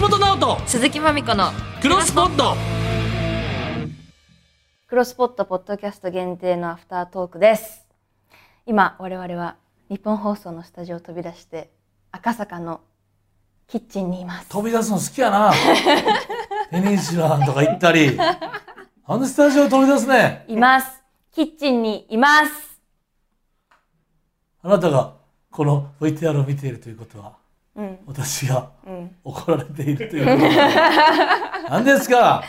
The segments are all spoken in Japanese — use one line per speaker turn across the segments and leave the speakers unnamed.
橋本直人
鈴木まみこの
クロスポット
クロスポットポッドキャスト限定のアフタートークです今我々は日本放送のスタジオを飛び出して赤坂のキッチンにいます
飛び出すの好きやな。ペニンシュラとか行ったり。あのスタジオ飛び出すね。
いますキッチンにいます
あなたがこの VTR を見ているということは、
うん
私が
うん
怒られているということだ何ですか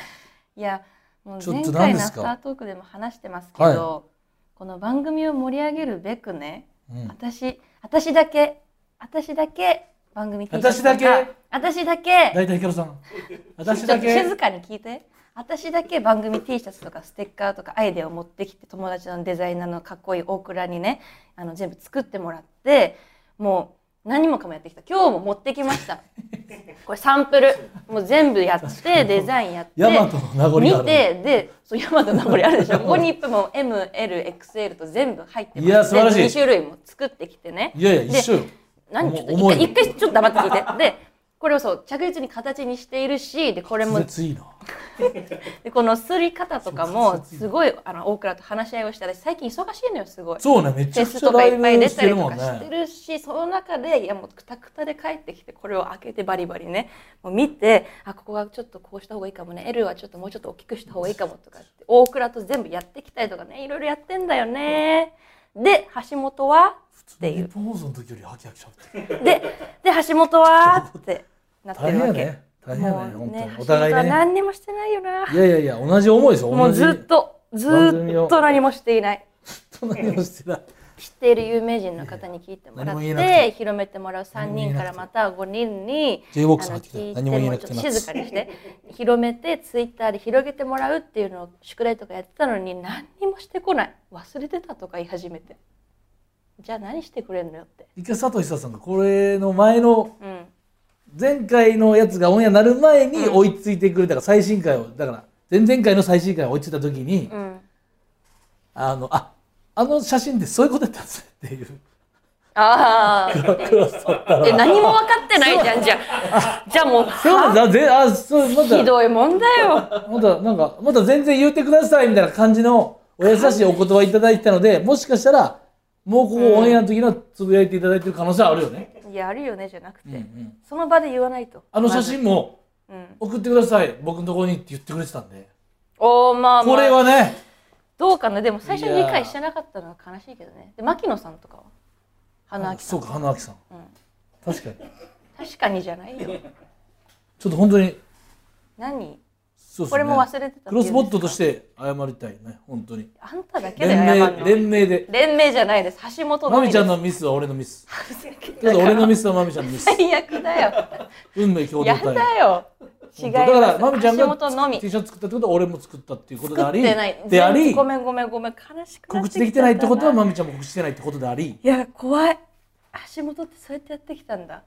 いやもう
ちょっ
前
と
回
何で
のア
す
フ
か
タートークでも話してますけど、
は
この番組を盛り上げるべくね
うん
私私だけ私だけ番組 T シャツ
私だけ
とか私だけ
大体ヒカルさん。私
ちょ
だ
っと静
け。
かに聞いて私だけ番組 T シャツとかステッカーとかアイデアを持ってきて友達のデザイナーのかっこいい大倉にねあの全部作ってもらってもう何もかもやってきた今日も持ってきました これサンプルもう全部やってデザインやって
ヤマトの名残
見
がある。
てでそうヤマトの名残あるでしょここに一分も MLXL と全部入ってます
いや素晴らしい
全部2種類も作ってきてね
いやいや、一緒よ。
何
重
ちょっと一回
重い
一回ちょっと黙って聞いてでこれをそう着実に形にしているしでこれも
それついな。
でこのすり方とか
そう
も
そうそう
すごいあの大倉と話し合いをしたら最近忙しいのよすごい。
そうね、めち
テ
ゃく
ス
ち
ト
ゃ
とか
ラ
いっぱい
イブ
出
したて
り
る
と
も
か
ん
し
ね。
てるしその中でいやもうくたくたで帰ってきてこれを開けてバリバリねもう見てあここはちょっとこうした方がいいかもね L はちょっともうちょっと大きくした方がいいかもとかって大倉と全部やってきたりとかねいろいろやってんだよね。で橋本はってい
日
う。
本放送の時よりハキハキしゃべってる。
でで橋本はってなって
大
る
変
わ
や
け。
ね。大変やね、
もう
本当に
ね。
お
橋
互
本はい
ね。
何にもしてないよな。
いやいやいや、同じ思いですよ。
も
同
う
じ
ずっとず
番組
ー
を
っと何もしていない
ずっと何もしてない。
知っている有名人の方に聞いてもら
いやいや
っ
何も言えな
て広めてもらう3人からまた5人に
J-BOX
あの
入ってきた
聞いて
何も言え
も
な
ち
く
ょってと
な
静かにして広めてツイッターで広げてもらうっていうのを宿題とかやってたのに何にもしてこない忘れてたとか言い始めてじゃあ何してくれるのよって
一回佐藤久さんがこれの前の
うん
前回のやつがオンエアになる前に
うん
追いついてくれたから最新回をだから前々回の最新回を追いついた時に、
うん
あのああの写真でそういうことやったんですねっていう
あ あえ何も分かってないじゃんじゃあじゃあもう
そうだぜあそうま
ひ
た
どいもんだ よ
またなんかまた全然言ってくださいみたいな感じのお優しいお言葉いただいてたのでもしかしたらもうここオンエアの時のつぶやいていただいてる可能性はあるよね、
いやあるよねじゃなくて、
うんうん
その場で言わないと
あの写
まず
真も
うん
送ってください僕のところにって言ってくれてたんで
おーまあ、まあ、
これはね
どうかなでも最初に理解してなかったのは悲しいけどねで牧野さんとかは花明さ
そ
ん
うか花明さん、
ん
確かに
確かにじゃないよ
ちょっと本当に
何
そうですね
これも忘れてた
クロスポットとしてて謝りたいね本当に
あんただけで
連
謝る
名
の連
連名で
名じゃないです橋本
まみちゃん
の
のミスは俺のミス
みです
ただ俺のミスはまみちゃんのミス
最悪だよ
運命共同
や
体
だよ違い
本当
ま
だから
す
まみちゃん
橋
が
本のみ
T シャツ作ったってことは俺も作ったっていうことで
作
あ
っ
り
てない
であり
ごめんごめんごめん悲しくな
告
ってき
知できてないってことは
ま
まみちゃんも告知してないってことであり
いや怖い橋本ってそうやってやってきたんだ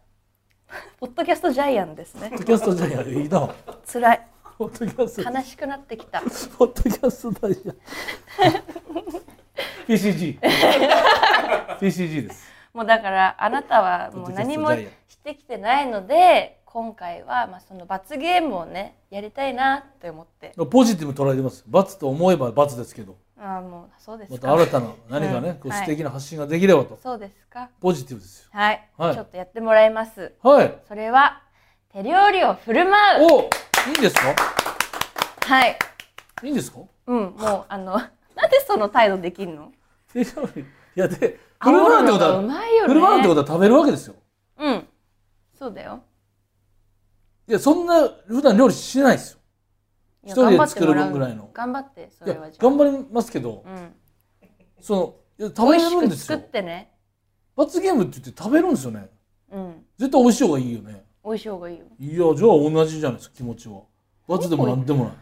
ポッドキャストジャイアンですね
ポッドキャストじゃないいいな
辛い
ポッドキャスト
悲しくなってきた
ポッドキャストだじゃん PCG PCG です
もうだからあなたはもう何もしてきてないので今回はまあその罰ゲームをねやりたいなって思って
ポジティブに捉えてます罰と思えば罰ですけど
ああもうそうです
ま
か
た新たな何か
うん
ね、こう
はい
素敵な発信ができればと、
そうですか
ポジティブですよ
はい、
はい
ちょっとやってもらいます
はい
それは手料理を振る舞う
おいいんですか
はい
いいんですか
うんもうあのなんでその態度できるの
手料理いやで振る舞うってこと
煽るのがう
は、
まいよね
振る舞うってことは食べるわけですよ
うんそうだよ
いやそんな普段料理しないですよ
い
一人
や頑張
で
って
作
も
る
ら
分
う
ぐらいの
頑張ってそ
い
れ
や
はじゃあ
頑張りますけど
うん
そのいや食べ
美味し
るん
く
です
作
よ
ってね
罰ゲームって言って食べるんですよね
うん
絶対美味しい方がいいよね
美味しい方がいいよ
いやじゃあ同じじゃないですか気持ちは罰でもなんでもない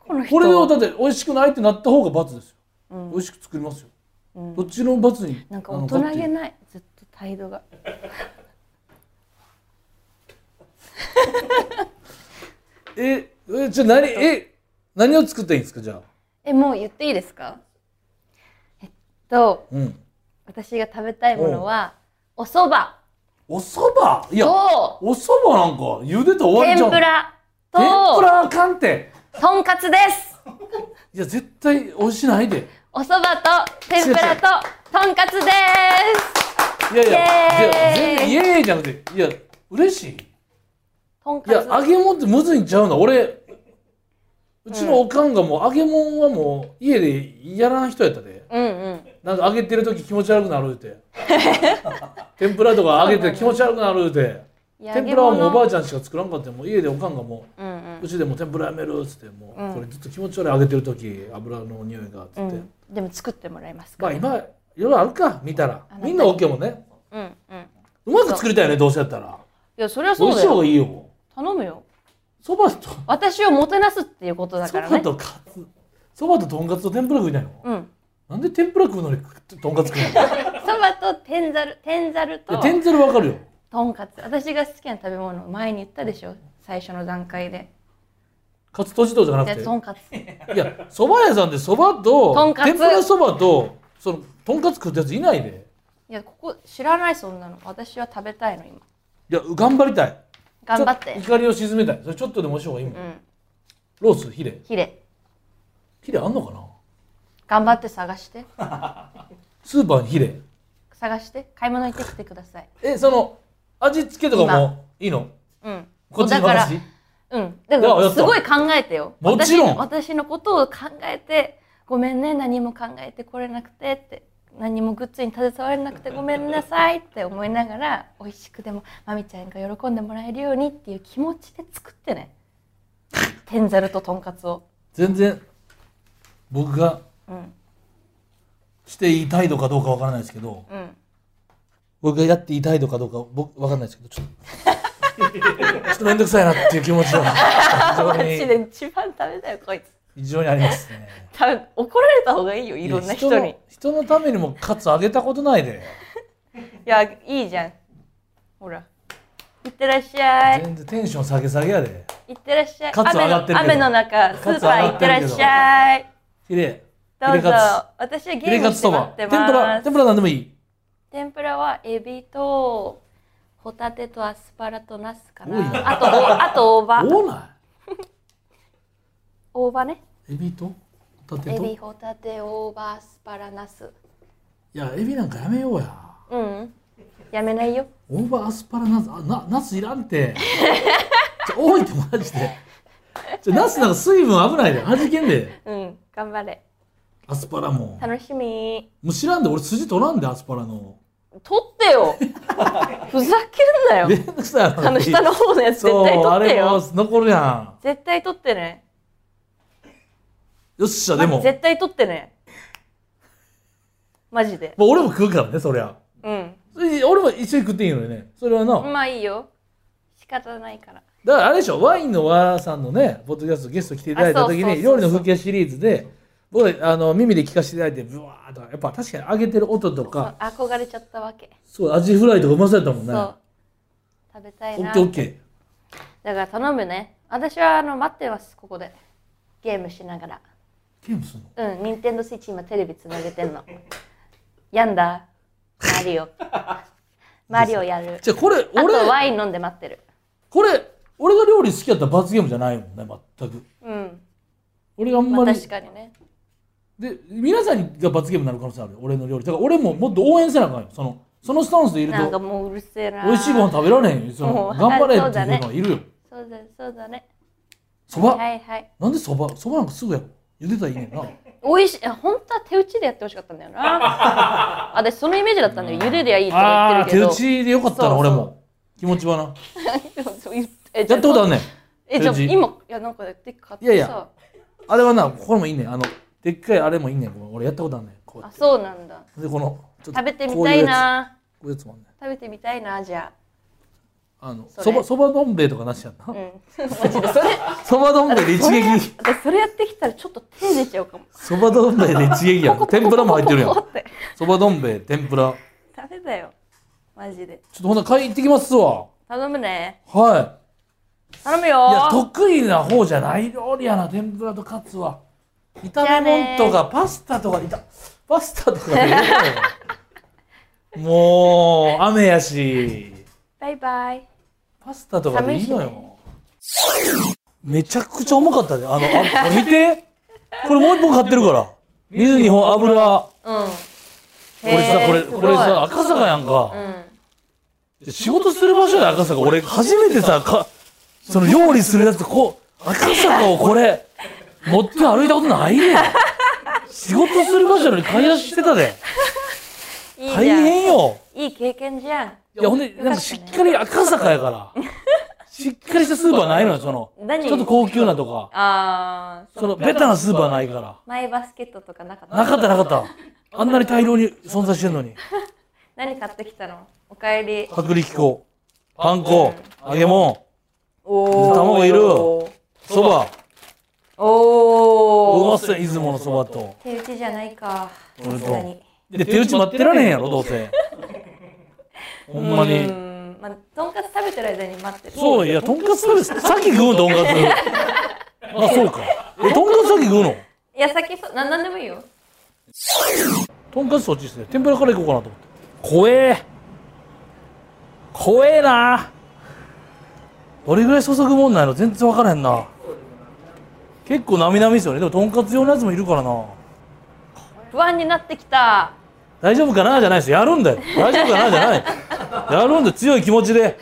この人
これをだって美味しくないってなった方が罰ですよ
うん
美味しく作りますよ
うん
どっちの罰に
なんか
あ
大
の
人
ってい
げ
う
ないずっと態度が
え、え、じゃあ何、え、何を作っていいんですか、じゃあ。
えもう言っていいですかえっと
うん。
私が食べたいものはお蕎麦
お蕎麦いや、
と
お蕎麦なんか、茹でたら終わり
天
じゃん。
ぷら
天ぷ
と
らあかんって。
とんかつです
いや、絶対美味しないで。
お蕎麦と天ぷらととんかつです
いやいや、
イエーイ
いや全然、イエーイじゃなくて、いや、嬉しい。
とん
いや、
か
揚げ物ってむずいんちゃうの俺、うちのおかんがもう、揚げ物はもう、家でやらん人やったで。
つうんうん
なんか揚げてる時気持ち悪くなるって。天ぷらとか揚げて気持ち悪くなるって。
いや
天ぷらはもうおばあ
揚
ちゃんしか作らんかったよもう家でおかんがも
げ物う
う
ん
うちでもう天ぷらやめるっつってもう、
うん
これずっと気持ち悪い揚げてる時油の匂いがっつって、
うんうんでも作ってもらいます
ま
か
あ
ら
今いろいろあるか見たら
あの
みんな OK もんね
うんうんいう
まく作りたいよねどうせやったら
やそりゃ
美
そ
味
う
し
だ
い方
よ
がいいよ
頼むよ
そばと
私をもてなすっていうことだ
そ
から
ば
ね
とカツそばととんかつと天ぷら食いたいの、
うん
なんで天ぷら食うのにとんかつ食うのいや
そばと天ざる天ざると
天ざるわかるよ
とんかつ私が好きな食べ物前に言ったでしょ最初の段階で
カツとじとじゃな
じゃ
く
あ
て
とん かつ
いやそば屋さんでそばと
とんかつ
天ぷらそばとそのとんかつ食ってやついないで
いやここ知らないそんなの私は食べたいの今
いや頑張りたい
頑張っ
ちょ
て
怒りを鎮めたいそれちょっとでもしようがいいもん、
うん
ロースヒレ
ヒレ
ヒレあんのかな
頑張って探して
スーパーにヒレ
探して買い物行ってきてください
えその味付けとかもいいの
うん
こっちの
だから
話
うんだ
いやや
から
った
すごい考えてよ
もちろん
私の私のことを考えてごめんね何も考えてこれなくてって何もグッズに携われなくてごめんなさいって思いながら美味しくでもまみちゃんが喜んでもらえるようにっていう気持ちで作ってね天ざるととんかつを
全然僕が
うん
していい態度かどうかわからないですけど
うん
僕がやっていい態度かどうか僕わかんないですけどちょ っとちょっと面倒くさいなっていう気持ちは
マ
非
ジ
常に
で一番食べたよこいつ
非常にありますね
多分怒られた方がいいよいろんな人に
いや人の人のためにもカツあげたことないで
いやいいじゃんほらいってらっしゃい
全然テンション下げ下げやで
いってらっしゃい。
カツ上がってるけど
雨の雨の中、ス
カツ
ー
上
パー
が
行
っ
ってて
るけど
らっしゃい。
ヒレ
どう
ヒレ
ぞ
カ。
私はゲ
ヒレ
ー
カ
ム
ツ
して
そ
待
ば
って
天
ます。
ぷら天ぷらなんでもいい
天ぷらはエビと、ホタテとアスパラとナスか
多いな
な。あと、おあと大葉。
多な
大葉ね。
いエビとホタテ
エ
と
ビ、
い
ホタテ、大葉、アスパラ、ナス。
やエビなんかやめようや
うん。やめないよ。
大葉アスパラナスあなナスいらん てちょ多いってマジでちょナスなんか水分危ないではじけんで
うん。頑張れ。
アスパラも
楽しみ。
もう知らんで俺筋取らんでアスパラの
取っ てよ。ふざけんなよ
め。んどくさいな
あの下の方のやつ絶
そう
対
あ
取って
れも
よ。
残るや
絶対取ってね。
んよっしゃでも
マジ絶対取ってねマジで
もう俺も食うからねそりゃ
うん
それ俺も一緒に食っていいのよねそれはな、
まあいいよ仕方ないから
だからあれでしょワインの和さんのねポッドキャストゲスト来ていただいた時
あそうそうそうそ
に
う
料理の風景シリーズで僕あの耳で聞かせていただいてブワーッとやっぱ確かに揚げてる音と
そう
か
憧れちゃったわけ
そうアジフライとかうまそうやったもん
そ
ね
う食べたい
オッ
な
ケーオ
だ
ッケ
から頼むね私はあの待ってますここでゲームしながら
ーゲームするの
うん任天堂スイッチ今テレビつなげてんの やんだマリ オマリオやる
じゃあこれ
あと
俺
ワイン飲んで待ってる
これ俺が料理好きやったら罰ゲームじゃないもんね全く
うん、
俺があん
まあ、
まり
確かにね
で皆さんが罰ゲームになる可能性あるよ俺の料理だから俺ももっと応援せなあかんよそのそのスタンスでいる
なんか
と
もううるせえな
美味しいご飯食べられへんよそ
も
の
う
頑張れ
そう
って
だ
い
ね
うのはいるよ
そうだそうだね
そば、
はいはい
なんでそばそばなんかすぐやろ茹でたらいいねんな
美味しいいや本当は手打ちでやってほしかったんだよな あ私そのイメージだったんだよ茹でりゃいいとか言
あ
っ
あー
てるけ
手
ど
打ちでよかったな
そうそう
俺も気持ちはな
そう言って えじ
や
ゃ
ったことあるねん
えじゃあ
手打ち
今いやなんかやって買ってさ
いやいやあれはなこれもいいねんあのでっかいあれもいいねんごめん俺やったことあるねんこうや
あ
って
そうなんだ
でこのちょっと
食べてみたいな
こういうやつこういうやつもあんねん
食べてみたいなじゃ
あの
それ
そばそばどん兵衛とかなしやん
あ
な
うん マジでそれ
そばどん兵衛で一 撃
私それやってきたらちょっと手出ちゃうかも
そばどん兵衛で一撃やん天ぷらも入ってるや
ポコ
ん
ポコって
そばどん兵衛天ぷら
ダメだよマジで
ちょっとほんなら買い行ってきますわ
頼むね
は
頼む
いいや
よ
得意な方じゃない料理やな天ぷらとカツは炒め物と
じゃ
かパスタとかいたパスタとかでいいよもう雨やし
バイバイ。
パスタとかでいいのよ。めちゃくちゃ重かったで、あの、あ、これ見て。これもう一本買ってるから。水二本油。
うん。
これさ、これ、これさ、赤坂やん
う
か。
ん。
仕事する場所で赤坂。俺、初めてさ、か、その料理するやつ、こう、赤坂をこれ、持って歩いたことないね。仕事する場所に買い出ししてたで。
いい
大
じゃん。
変よ。
いい経験じゃん。
いや、ほんで、なんかしっかり赤坂やから。しっかりしたスーパーないのよ、その。
何
ちょっと高級なとか。
あー、
そのベタなスーパーないか
マイバスケットとかなかった
ら。なかったなかった。あんなに大量に存在してんのに。
何買ってきたのおかえり。
薄力粉、パン粉、揚げ物、
おー
卵いるそば、う
お
ま
ー。
せん、出雲のそばと。
手打ちじゃないか。
俺と
さすがに。
で、手打ち待ってられへんやろ、どうせ。 ほんま
う
に。
ん。まあ、とんかつ食べてる間に待ってる。
そう、いや、とんかつ食べ、さっき食うん、とんかつ。 あ、そうか。え、とんかつさっき食うの
いや、先そ、な、なんでもいいよ。
とんかつそっちですね。天ぷらから行こうかなと思って。怖え。怖えな。どれぐらい注ぐもんないの全然分からへんな。結構なみなみですよね。でもとんかつ用のやつもいるからな。
不安になってきた。
大丈夫かなじゃないです。やるんだよ。大丈夫かなじゃない。やるんだよ。強い気持ちで。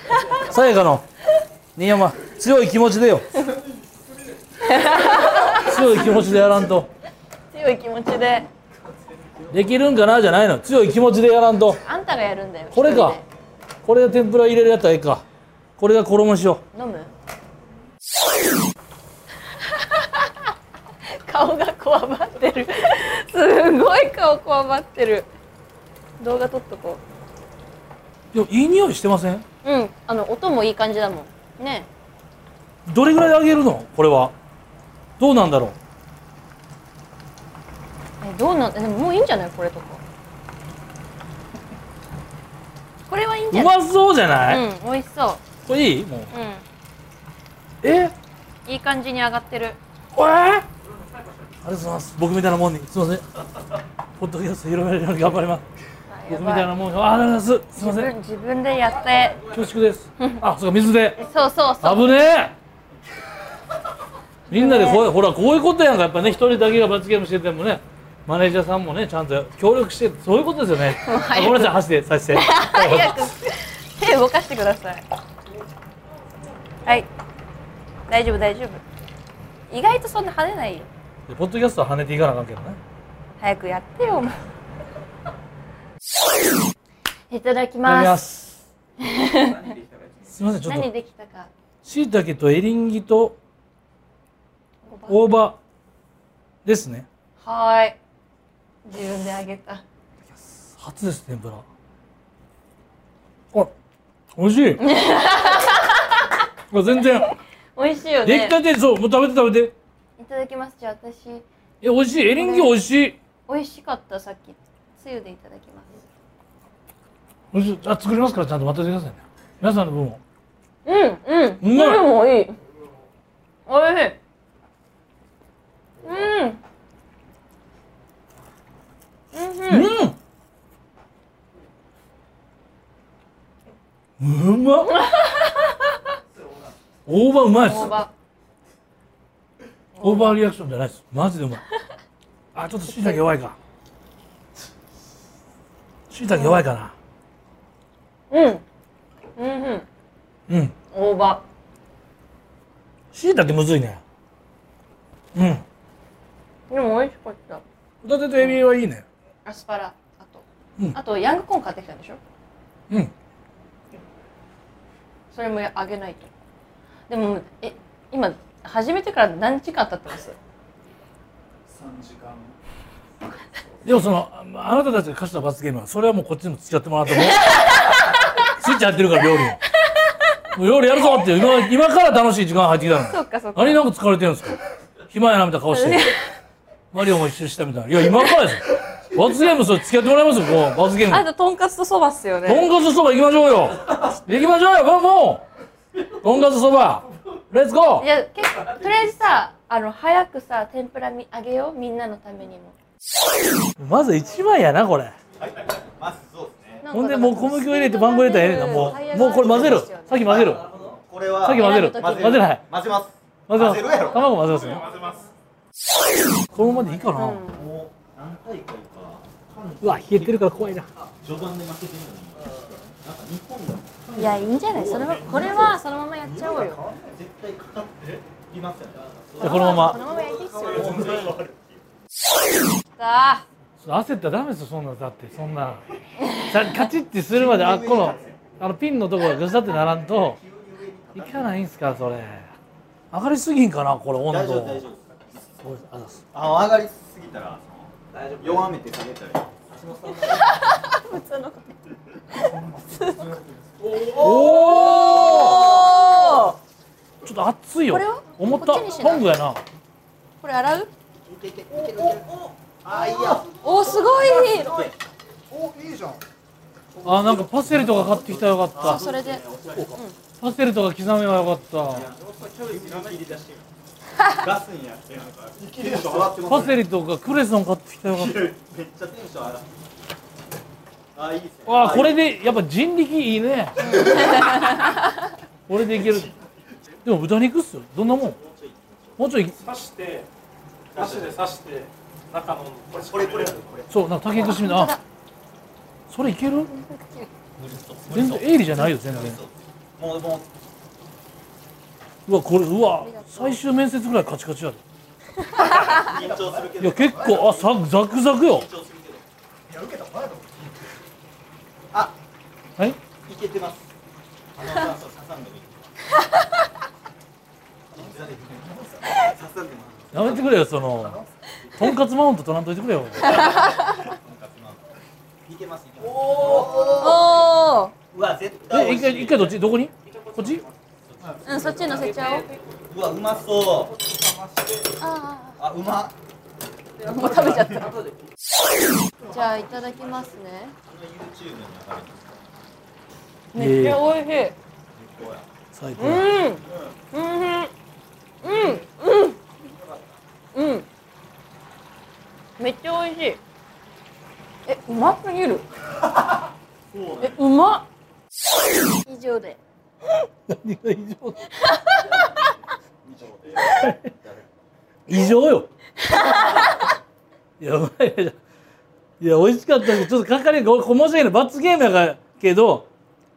さやかの。新山、強い気持ちでよ。強い気持ちでやらんと。
強い気持ちで。
できるんかなじゃないの。強い気持ちでやらんと。
あんたがやるんだよ。
これかこれで天ぷら入れるやつはいいかこれが衣にしよ
一人で。飲む 顔がこわばってる。すごい顔こわばってる。動画撮っとこ
うでもいい匂いしてません
う。うん。あの、音もいい感じだもん。ね
どれぐらいで揚げるのこれはどうなんだろう
え。えどうなん、えでももういいんじゃないこれとか。これはいいんじ
う
ゃない
まそうじゃない、
うん、美味しそ
これいいもう
う。うん。
え
いい感じに上がってる。
これありがとうございます僕みたいなもんにすいませんポッドキャスト広めるように頑張ります僕みたいなもんにあありがとうございますすいませ
自
ん
分自分でやって。
恐縮ですあそうか水で
そうそうそう。
危ねえみんなでこうほらこういうことやんかやっぱね一人だけが罰ゲームしててもねマネージャーさんもねちゃんと協力してそういうことですよねあごめんなさい走ってさして
早く手動かしてくださいはい大丈夫大丈夫意外とそんな跳ねないよ
ポッドキャストは跳ねていかなあかんけどね
早くやってよもう
い
いただき
ただき
ま
ますすすみませんちょっ
何
と
できたか
しいたけとエリンギと大葉ですね
はーい自分であげた
初です天ぷらあ美味し いあ全然
美味しいよ
出
ね
来たてそうもう食べて食べて
いただきますじゃあ私
え、美味しい。エリンギ美味しい。
美味しかったさっきつゆでいただきます
美味しい。あ、作りますから、ちゃんと待っててくださいね。皆さんの分も。
うんうん
うまい
これもいい美味しいうん
うん。う まっ。大葉うまいっす
大。葉
大葉リアクションじゃないっす。マジでうまい。あ、ちょっと椎茸弱いか。椎茸弱いかな。
うん。うんうん。
うん。
大葉。
椎茸むずいね。うん。
でも美味しかった。
ホタテとエビはいいね。
アスパラ。あと。
うん
あと、ヤングコーン買ってきたんでしょ
うん。
それもあげないと。でも、え、今、始めてから何時間経ってます
でもその、ああなたたちが課した罰ゲームは、それはもうこっちにも付き合ってもらってもう、スイッチ入ってるから、料理を。もう料理やるぞって、今、今から楽しい時間入ってきたのに。
っかそっ
何なんか疲れてるんですか暇やなみたいな顔して。マリオも一緒にしたみたいな。いや、今からですよ。罰ゲーム、それ付き合ってもらいますよ、こう、罰ゲー
あ
ム。
と、とんかつとそばっすよ
と
ね。
んかつそば行きましょうよ。行きましょうよ、ボンボンとんかつそば、レッツゴー
いや、結構、とりあえずさ、あの、早くさ、天ぷらみあげよう。みんなのためにも。
まず一枚やな、これ。
まずそうですね。
ほんでもう小麦を入れてパン粉入れたらええねんなもうもうこれ混ぜるさっき混ぜる
なるほどこれは
さっき混ぜる
選ぶ
混
時
ぜるはい
混ぜます
混ぜます
るやろ
卵混ぜますね
混ぜます
このままでいいかな、
うん
もう何回か
うわ冷えてるから怖いな
序盤で負けてるのになんか日本が
いやいいんじゃないそれはこれはそのままやっちゃおうよ
絶対かかっていますよね
じゃあこのま
こ
ま
のままやりていいっすよ
全然わかる
さあ
焦ったらダメですよそんなのだってそんなさカチッてするまであこのあのピンのところがぐさってならんといかないんすかそれ上がりすぎんかなこれ温度
大丈夫大丈夫です
ごめんあざっす
あ上がりすぎたら弱めて下げたり
おお
お
ちょっと熱いよ
これは
思っ
こったちにしない
トングやな
これ洗う
あいいや
おすごい
おいいじゃん
あなんかパセリとか買ってきたらよかっ
そ
た
れで
パセリとか刻めばよかった
ガスにやってなんかテンション上がってま
パ
すね
セリとかクレソン買ってきたらよかっ
めっちゃテンション上がってあいいですね
たわあこれでやっぱ人力いいねこれでいけるでも豚肉っすよどんなもんもうちょい
刺して箸で刺して中の
これこれこれ
そう、なんか竹串みたいな。あそれいける全然鋭利じゃないよ、全然。
もうも
うわ、これ、うわ、最終面接ぐらいカチカチやで。
う緊張するけ
い
ど
や、結構、あ、さ、ザクザクよ。
緊張するけど
いや受けた前だろ
はい。
いけてますあの酸素挟んでもいい挟んでも
やめてくれよ、その。とんかつマウント取らんといてくれよ。
いいけますいけます
おお
うわ絶対
え、
美
一
味し
回、
い
一回どっち、どこに。こっち。
うんそっちに乗せちゃおう
うわうまそう
あ
あう
あ
ま
もう食べちゃったじゃあいただきますね
あの YouTube の中で
めっちゃ美味しい
最
うん。うん。うん。うん
高や。
うん。うん。めっちゃ美味しい。え、うますぎ る。え、うまっ。以上で。
何が異常。 異常よ。いや、うまいねいや、美味しかったけど、ちょっとかかりが、俺、申し訳ない、罰ゲームやから、けど。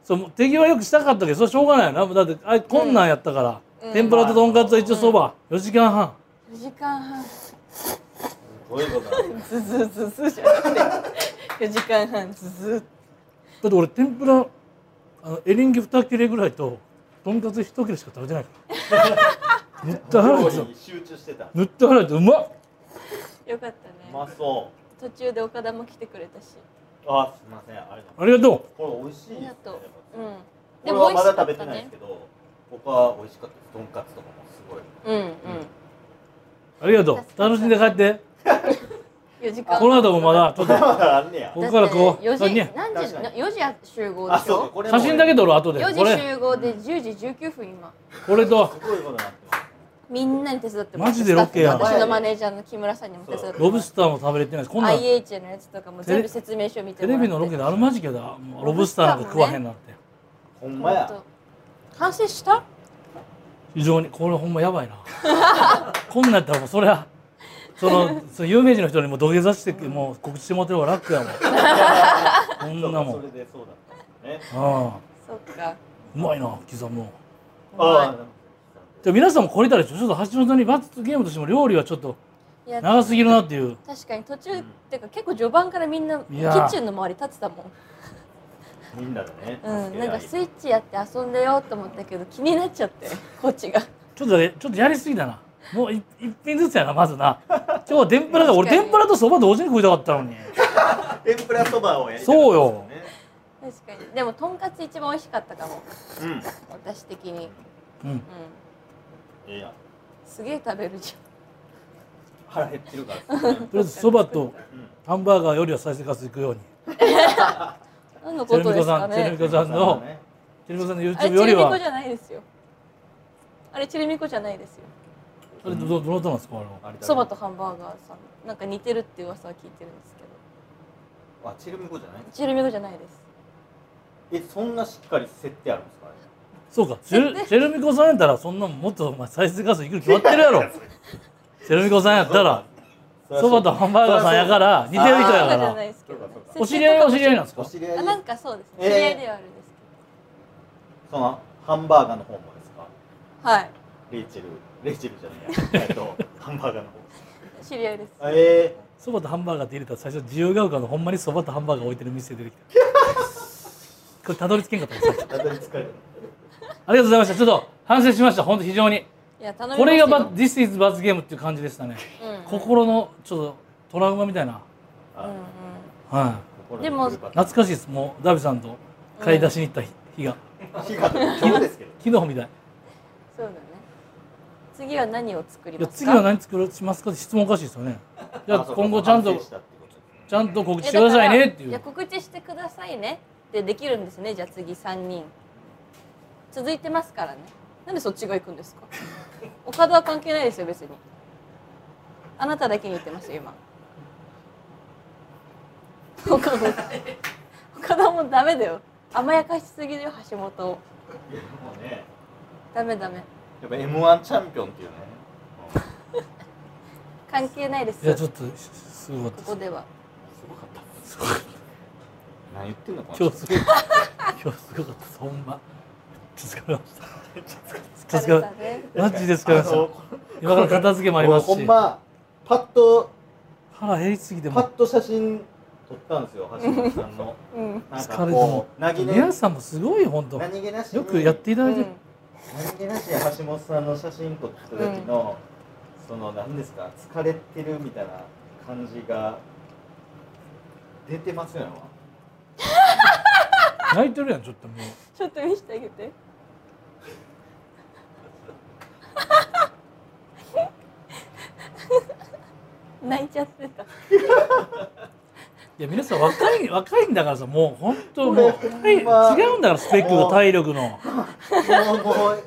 そう、手際よくしたかったけど、それはしょうがないよな、だって、あ、こんなんやったから。
うん
天ぷらととんかつは一応そば、四時間半。
四時間半。
どういうことだ
ずずずずじゃなくて。四時間半ず
だ
ず。
って、俺、天ぷら。あの、エリンギ二切れぐらいと。とんかつ一切れしか食べてないか ら。塗った腹
料
で
理
すよ。
に集中してたう
塗った腹で、うまっ。
よかったね。
まそ
途中で岡田も来てくれたし。
うあすいませんあれ
ありがとう。
これ美味しい
あり
ですね
がとう。うん。
これはまだ
か
食
っ
べ
た
てないです
ね
けど僕は美味しかったですとんかつとかもすご
う
い
んうん。
ありがとう。楽しんで帰って。
四時間。
この後もまだ、ちょっと。
まだあんねや
ここからこう
だって
三
四
人
時何時
確かに
四時集合で
あ
し
そうか
ょ。
これも
写真だけ撮る後でこ
4時
れ
集合で10時19分今
これと
すごいことになってます
みんなに手伝ってます
マジでロケや
スタッフ私のマネージャーの木村さんにも手伝って
ロブスターも食べれてないですこんなん
IH のやつとかも全部説明書見て
テ
もら
レ
って
ビのロケであるまじけだもうロブスターなんか食わへんなんて
ほんまや
本当反省した
非常にこれほんまやばいな こんなんやったらもうそりゃそ のその有名人の人にも土下座してもう告知してもらってる方が楽 やもんこんなも
そ
ん
れでそうだったんですね
ああ
そっか
うまいな刻むの
あ
じゃあ皆さんもこれたらちょっと橋本さんに罰ゲームとしても料理はちょっと
いや
長すぎるなっていう
確かに途中、っていうか結構序盤からみんなキ
いや
ッチンの周り立ってたもん
みんなでね
うんなんか
助
ス
け合い
イッチやって遊んでようと思ったけど気になっち ゃってこっちが
ちょっとねちょっとやりすぎだなもうい一品ずつやなまずな今日は天ぷらが俺
確かに
天ぷらとそば同時に食いたかったのに
天ぷらそばをやりたか
そう
っ
よ
たです
確かにでもとんかつ一番美味しかったかも
よね
私的に
うん
うん
うんいや
すげえ食べるじ
腹減ってるからですね
とりあえずそばとハンバーガーよりは再生活いくように。
ゃん何の
テ
こ
ルミ
とで
コ
す
さ
か
ん、テル
ね
ミコさんの、
ね
テルミコさんの
あれ
YouTube
チ
より
ルミコ
は
じ。ゃないですよあれチルミコじゃないですよ
あれどどどの音なんですかあれは。
あれだね
そばとハンバーガーさんなんか似てるって噂は聞いてるんですけど
あチルミコじゃない
チルミコじゃないです
えそんなしっかり設定あるんですかね
そうかチェルチェルミコさんやったらそんなもんもっとお前再生回数いくに決まってるやろチェルミコさんやったらそばとハンバーガーさんやから似てる人
そう
やか
じゃな
ら
いですけど
そうか
お知り合いはお知り合いなんです
お
か
知り合い
あ
で
なんかそうですね
えー
知り合いではあるんです
そのハンバーガーの方もですか
けどはい
レイチェルレイチェルじゃないえ っとハンバーガーの方
知り合いです
あえ
そばとハンバーガーって入れたら最初自由が丘のほんまにそばとハンバーガー置いてる店出てきたこれたどり着けんかったです
ー、たどり着かれた
ありがとうございましたちょっと反省しました本当非常に
いや頼みますよ
これがバ「This is 罰ゲーム」っていう感じでしたね
うん
心のちょっとトラウマみたいな
あ
は
心に
でも
来る
い
パターン
懐かしいですもうダビさんと買い出しに行った日,、が
日が今日ですけど
昨日みたい
そうだね次は何を作り
いや
ますか
次は何作るしますかって質問おかしいですよねじゃあ今後ちゃん
反
と
省したってこと
ちゃんと告知してくださいねってい
いや
う
告知してくださいねってできるんですねじゃあ次3人続いてますからねなんでそっちが行くん ですか岡田は関係ないですよ別にあなただけに言ってますよ今岡田岡田もダメだよ甘やかしすぎるよ橋本を
いやもうね
ダメダメ
やっぱ M1 チャンピオンっていうねうんす
関係ないです
いやちょっとすすごかった
ここでは
ごかった何言ってんのか
今日すごい今日すごかったですほんまちょっと疲れましたちょっと
疲
疲
れ
れ
たね
マジで疲れました今から片付けもあります
ほん
し
まパッと
腹減りすぎて
パ
も
ッと写真撮ったんですよ橋本さんの
うん
なんか
疲れて
こ
も
う何気な
皆さんもすごい本当
何気なしに
よくやっていた
う
だいて、
ん
何気なしに橋本さんの写真撮った時の、その何ですか疲れてるみたいな感じが出てますよね
泣いてるやんちょっともう
ちょっと見せてあげて。 泣いちゃってた。
いや皆さん若い若いんだからさもう本当もう
こ
体
れ
違
まあ
うんだからスペックが体力の
もうもう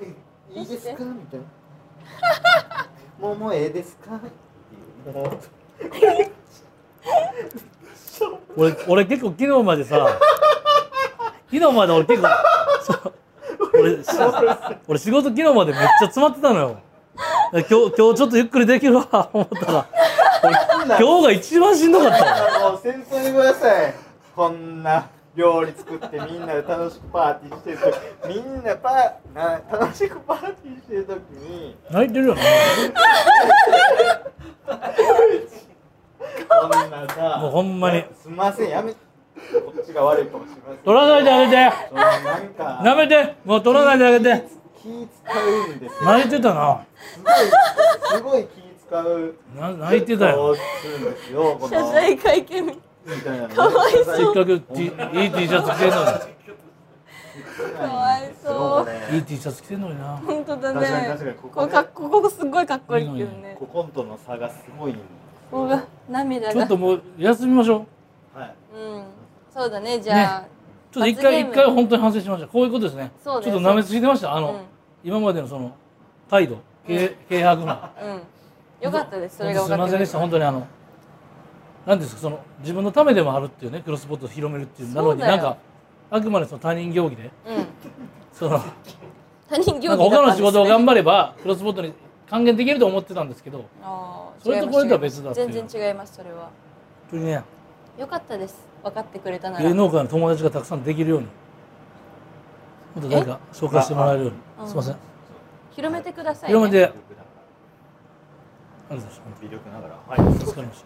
いいですかみたいな もうもうええですかっていうもう
俺俺結構昨日までさ昨日まで俺結構そう俺し俺仕事昨日までめっちゃ詰まってたのよ今日今日ちょっとゆっくりできるわ思ったら俺今日が一番しんどかったわ
もう先輩にくださいこんな料理作ってみんなで楽しくパーティーしてる時みんなパーな楽しくパーティーしてる時に
泣いてるよね
こんなさ
もうほんまに
すんませんやめこっちが悪いかもしれません
取らないであげて
そのなんか
舐めてもう取らないであげて
気使うんですよ
泣いてたな
すごいすごい気使う
な泣いてたよ
するんですよこの
謝罪会見。
みたいなの
かわいそう
せっかく T いい T シャツ着てんの
か
わいそう
にいい T シャツ着てんのにな
本当だ
確かに確か
ね
に。ここ
こ
ね
かここすっごいかっこいいけどね。
こ
こ
ことの差がすごいんですよ
こが涙
ちょっ
が。
ともう休みましょう
はい
うん。そうだね。じゃあ、
ちょっと一
罰ゲ
回
ー
一
ム
回本当に反省しました。こういうことですね。
そうです
ちょっと舐めすぎてました。あの、
うん
今までのその態度、軽軽薄な。
うん。よかったです。それが
本当すみ
分か
ま
っ
せん
て
でした。本当にあの、なんですかその自分のためでもあるっていうね、クロスポットを広めるっていうなのに
そうだ
な
よ
んかあくまでその他人行儀で、
うん。
その
他人行
なんか
儀だ
他
った
の
んです
仕
ね
事を頑張ればクロスポットに還元できると思ってたんですけど、本
あー
それとこれとは別だっていう
全然違います。それは。
当にね、
よかったです。分かってくれたなら。
芸能界の友達がたくさんできるように、もっと誰か紹介してもらえるよう
あ
に。すみません。
うん広めてください、ね。
広めて、ありがと
微力なが
うございました。
ら微力ながらはい
助かりまし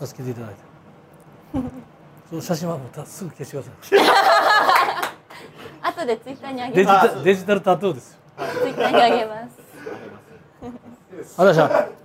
た助けていただいて その写真はもうたすぐ消してください
後でツイッターにあ
デ
げ
ジ
ます。
タデジタルタトゥーですよ
ツイッターにあげます。
ありがとうございました